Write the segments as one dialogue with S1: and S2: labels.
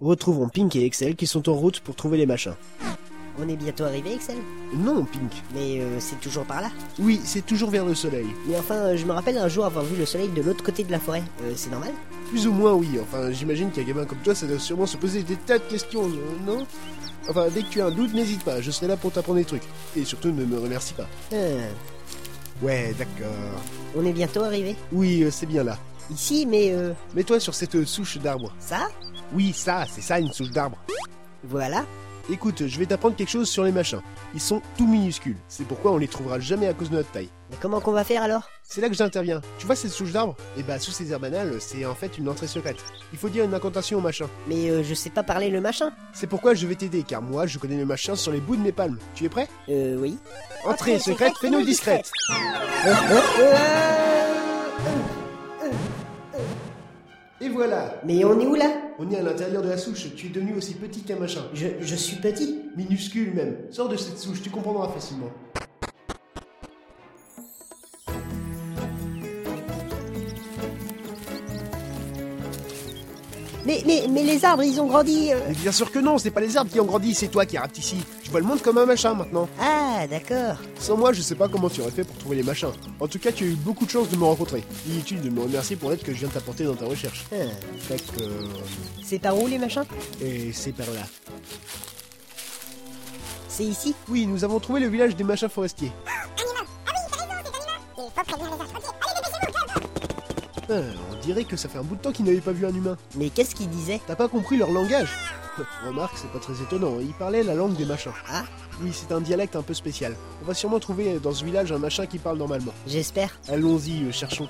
S1: Retrouvons Pink et Excel qui sont en route pour trouver les machins.
S2: On est bientôt arrivé, Excel
S1: Non, Pink.
S2: Mais euh, c'est toujours par là.
S1: Oui, c'est toujours vers le soleil.
S2: Mais enfin, euh, je me rappelle un jour avoir vu le soleil de l'autre côté de la forêt. Euh, c'est normal
S1: Plus ou moins, oui. Enfin, j'imagine qu'un gamin comme toi, ça doit sûrement se poser des tas de questions, euh, non Enfin, dès que tu as un doute, n'hésite pas. Je serai là pour t'apprendre des trucs. Et surtout, ne me remercie pas.
S2: Euh,
S1: Ouais, d'accord.
S2: On est bientôt arrivé.
S1: Oui, euh, c'est bien là.
S2: Ici, mais euh,
S1: Mets-toi sur cette euh, souche d'arbre.
S2: ça
S1: Oui, ça, c'est ça, une souche d'arbre.
S2: Voilà.
S1: Écoute, je vais t'apprendre quelque chose sur les machins. Ils sont tout minuscules. C'est pourquoi on les trouvera jamais à cause de notre taille.
S2: Mais comment qu'on va faire alors
S1: C'est là que j'interviens. Tu vois cette souche d'arbre Eh bah, sous ces herbes banales, c'est en fait une entrée secrète. Il faut dire une incantation au machin.
S2: Mais euh, je sais pas parler le machin.
S1: C'est pourquoi je vais t'aider, car moi, je connais le machin sur les bouts de mes palmes. Tu es prêt
S2: Euh, oui.
S1: Entrée secrète, fais-nous discrète Et voilà
S2: Mais on est où là
S1: On est à l'intérieur de la souche, tu es devenu aussi petit qu'un machin.
S2: je, je suis petit.
S1: Minuscule même. Sors de cette souche, tu comprendras facilement.
S2: Mais, mais, mais les arbres, ils ont grandi. euh.
S1: Mais bien sûr que non, c'est pas les arbres qui ont grandi, c'est toi qui rappe ici. Tu vois le monde comme un machin maintenant.
S2: Ah, d'accord.
S1: Sans moi, je sais pas comment tu aurais fait pour trouver les machins. En tout cas, tu as eu beaucoup de chance de me rencontrer. Inutile de me remercier pour l'aide que je viens de t'apporter dans ta recherche.
S2: Ah,
S1: Fait que... euh,
S2: C'est par où les machins
S1: Et c'est par là.
S2: C'est ici
S1: Oui, nous avons trouvé le village des machins forestiers. Ah, on dirait que ça fait un bout de temps qu'ils n'avaient pas vu un humain.
S2: Mais qu'est-ce qu'ils disaient
S1: T'as pas compris leur langage Remarque, c'est pas très étonnant, ils parlaient la langue des machins.
S2: Ah,
S1: Oui, c'est un dialecte un peu spécial. On va sûrement trouver dans ce village un machin qui parle normalement.
S2: j'espère.
S1: Allons-y, euh, cherchons.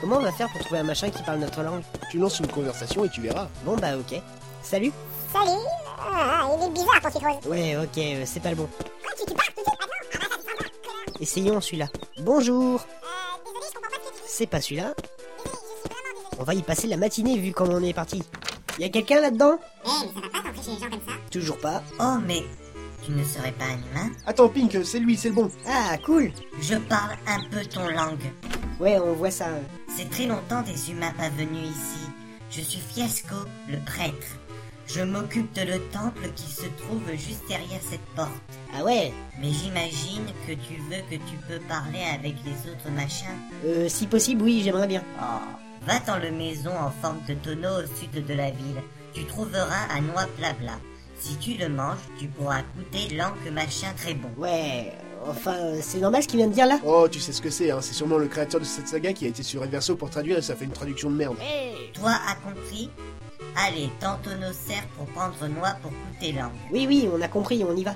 S2: Comment on va faire pour trouver un machin qui parle notre langue
S1: Tu lances une conversation et tu verras.
S2: Bon bah ok. Salut
S3: Salut Ah, il est bizarre ton sucrose.
S2: Ouais ok, euh, c'est pas le bon.
S3: Ah, tu, tu pars tout de suite maintenant Ah bah ça me semble
S2: Essayons celui-là. Bonjour
S3: Euh, désolé, je comprends pas ce que tu dis.
S2: C'est pas celui-là.
S3: Désolé, je suis vraiment désolé.
S2: On va y passer la matinée vu comment on est parti. Y a quelqu'un là-dedans
S3: Eh, mais ça va pas rentrer chez les gens comme ça.
S2: Toujours pas.
S4: Oh, mais tu ne serais pas un humain
S1: Attends, Pink, c'est lui, c'est le bon.
S2: Ah cool
S4: Je parle un peu ton langue.
S2: Ouais on voit ça.
S4: C'est très longtemps des humains pas venus ici. Je suis Fiasco, le prêtre. Je m'occupe de le temple qui se trouve juste derrière cette porte.
S2: Ah ouais
S4: Mais j'imagine que tu veux que tu peux parler avec les autres machins.
S2: Euh, si possible oui j'aimerais bien.
S4: Oh, va dans le maison en forme de tonneau au sud de la ville. Tu trouveras un noix blabla. Si tu le manges, tu pourras goûter l'anque machin très bon.
S2: Ouais enfin euh, c'est normal ce qu'il vient de dire là
S1: Oh, tu sais ce que c'est, hein, c'est sûrement le créateur de cette saga qui a été sur Reverso pour traduire et ça fait une traduction de merde.
S4: Toi as compris Allez, tente nos cerfs pour prendre noix pour goûter l'angle.
S2: Oui oui on a compris on y va.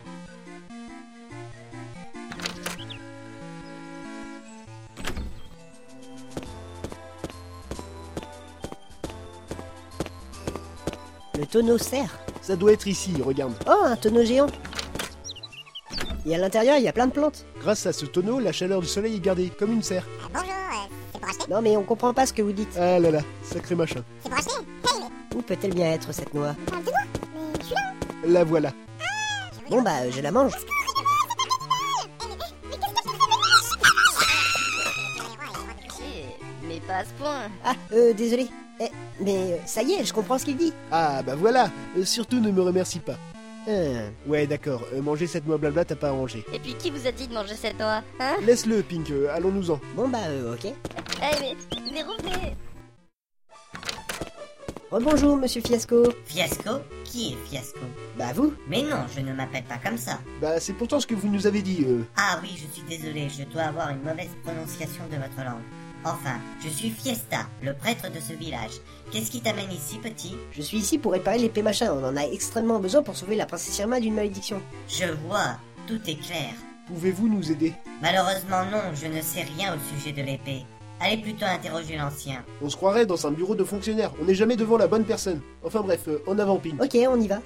S2: Le tonneau sert.
S1: Ça doit être ici, regarde.
S2: Oh, un tonneau géant Et à l'intérieur, il y a plein de plantes.
S1: Grâce à ce tonneau, la chaleur du soleil est gardée, comme une serre.
S3: Ah, bonjour, euh, c'est pour acheter
S2: Non, mais on comprend pas ce que vous dites.
S1: Ah là là, sacré machin.
S3: C'est pour acheter Hey, mais
S2: Où peut-elle bien être, cette noix
S3: parle de moi Mais je suis là
S1: La voilà.
S2: Bon, bah, je la mange.
S3: Euh, Mais qu'est-ce que tu fais Mais qu'est-ce que tu fais
S5: Mais pas à ce point.
S2: Ah, euh, désolé. Eh, mais euh, ça y est, je comprends ce qu'il dit.
S1: Ah bah voilà, Euh, surtout ne me remercie pas.
S2: Euh,
S1: Ouais d'accord, euh, manger cette noix blabla t'as pas arrangé.
S5: Et puis qui vous a dit de manger cette noix Hein
S1: Laisse-le, Pink, euh, allons-nous-en.
S2: bon, bah, euh, ok.
S5: Eh mais, mais revenez
S2: Rebonjour, monsieur Fiasco.
S4: Fiasco Qui est Fiasco
S2: Bah, vous
S4: Mais non, je ne m'appelle pas comme ça.
S1: Bah c'est pourtant ce que vous nous avez dit, euh.
S4: Ah oui, je suis désolé, je dois avoir une mauvaise prononciation de votre langue. Enfin, je suis Fiesta, le prêtre de ce village. Qu'est-ce qui t'amène ici, petit
S2: Je suis ici pour réparer l'épée machin. On en a extrêmement besoin pour sauver la princesse Irma d'une malédiction.
S4: Je vois, tout est clair.
S1: Pouvez-vous nous aider
S4: Malheureusement non, je ne sais rien au sujet de l'épée. Allez plutôt interroger l'ancien.
S1: On se croirait dans un bureau de fonctionnaire, on n'est jamais devant la bonne personne. Enfin bref, euh, en avant Pink.
S2: Ok, on y va.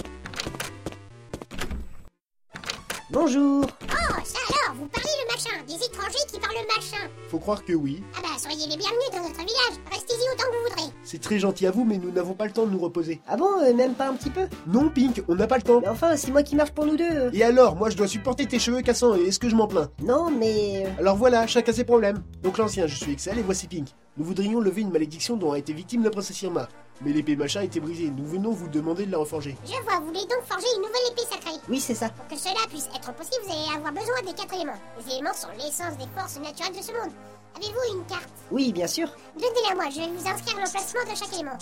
S2: Bonjour.
S3: Oh, ça alors, vous parlez le machin Des étrangers qui parlent le machin
S1: Faut croire que oui.
S3: Ah bah, soyez les bienvenus dans notre village Restez-y autant que vous voudrez
S1: C'est très gentil à vous, mais nous n'avons pas le temps de nous reposer.
S2: Ah bon, euh, même pas un petit peu
S1: Non Pink, on n'a pas le temps.
S2: Mais enfin, c'est moi qui marche pour nous deux. euh.
S1: Et alors, moi je dois supporter tes cheveux cassants, et est-ce que je m'en plains
S2: Non, mais... euh,
S1: Alors voilà, chacun ses problèmes. Donc l'ancien, je suis Excel et voici Pink. Nous voudrions lever une malédiction dont a été victime la princesse Irma. Mais l'épée machin était brisée, nous venons vous demander de la reforger.
S3: Je vois, vous voulez donc forger une nouvelle épée sacrée.
S2: Oui, c'est ça.
S3: Pour que cela puisse être possible, vous allez avoir besoin des quatre éléments. Les éléments sont l'essence des forces naturelles de ce monde. Avez-vous une carte
S2: Oui, bien sûr.
S3: Donnez-la moi, je vais vous inscrire l'emplacement de chaque élément.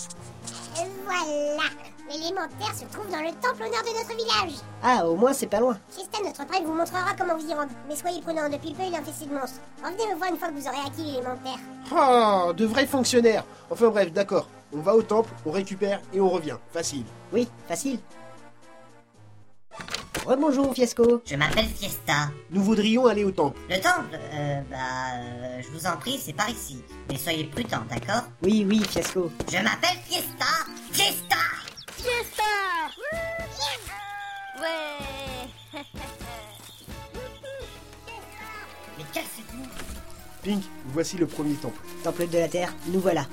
S3: Euh, voilà L'élémentaire se trouve dans le temple au nord de notre village
S2: Ah, au moins, c'est pas loin.
S3: Système, notre prêtre vous montrera comment vous y rendre. Mais soyez prudent, depuis peu il est infesté de monstres. Revenez me voir une fois que vous aurez acquis l'élémentaire.
S1: Ah, de vrais fonctionnaires Enfin bref, d'accord. On va au temple, on récupère et on revient. Facile.
S2: Oui, facile. Rebonjour, Fiasco.
S4: Je m'appelle Fiesta.
S1: Nous voudrions aller au temple.
S4: Le temple Euh, bah, euh, je vous en prie, c'est par ici. Mais soyez prudents, d'accord
S2: Oui, oui, Fiasco.
S4: Je m'appelle Fiesta Fiesta
S5: Ouais
S4: Mais cassez-vous
S1: Pink, voici le premier temple.
S2: Temple de la Terre, nous voilà.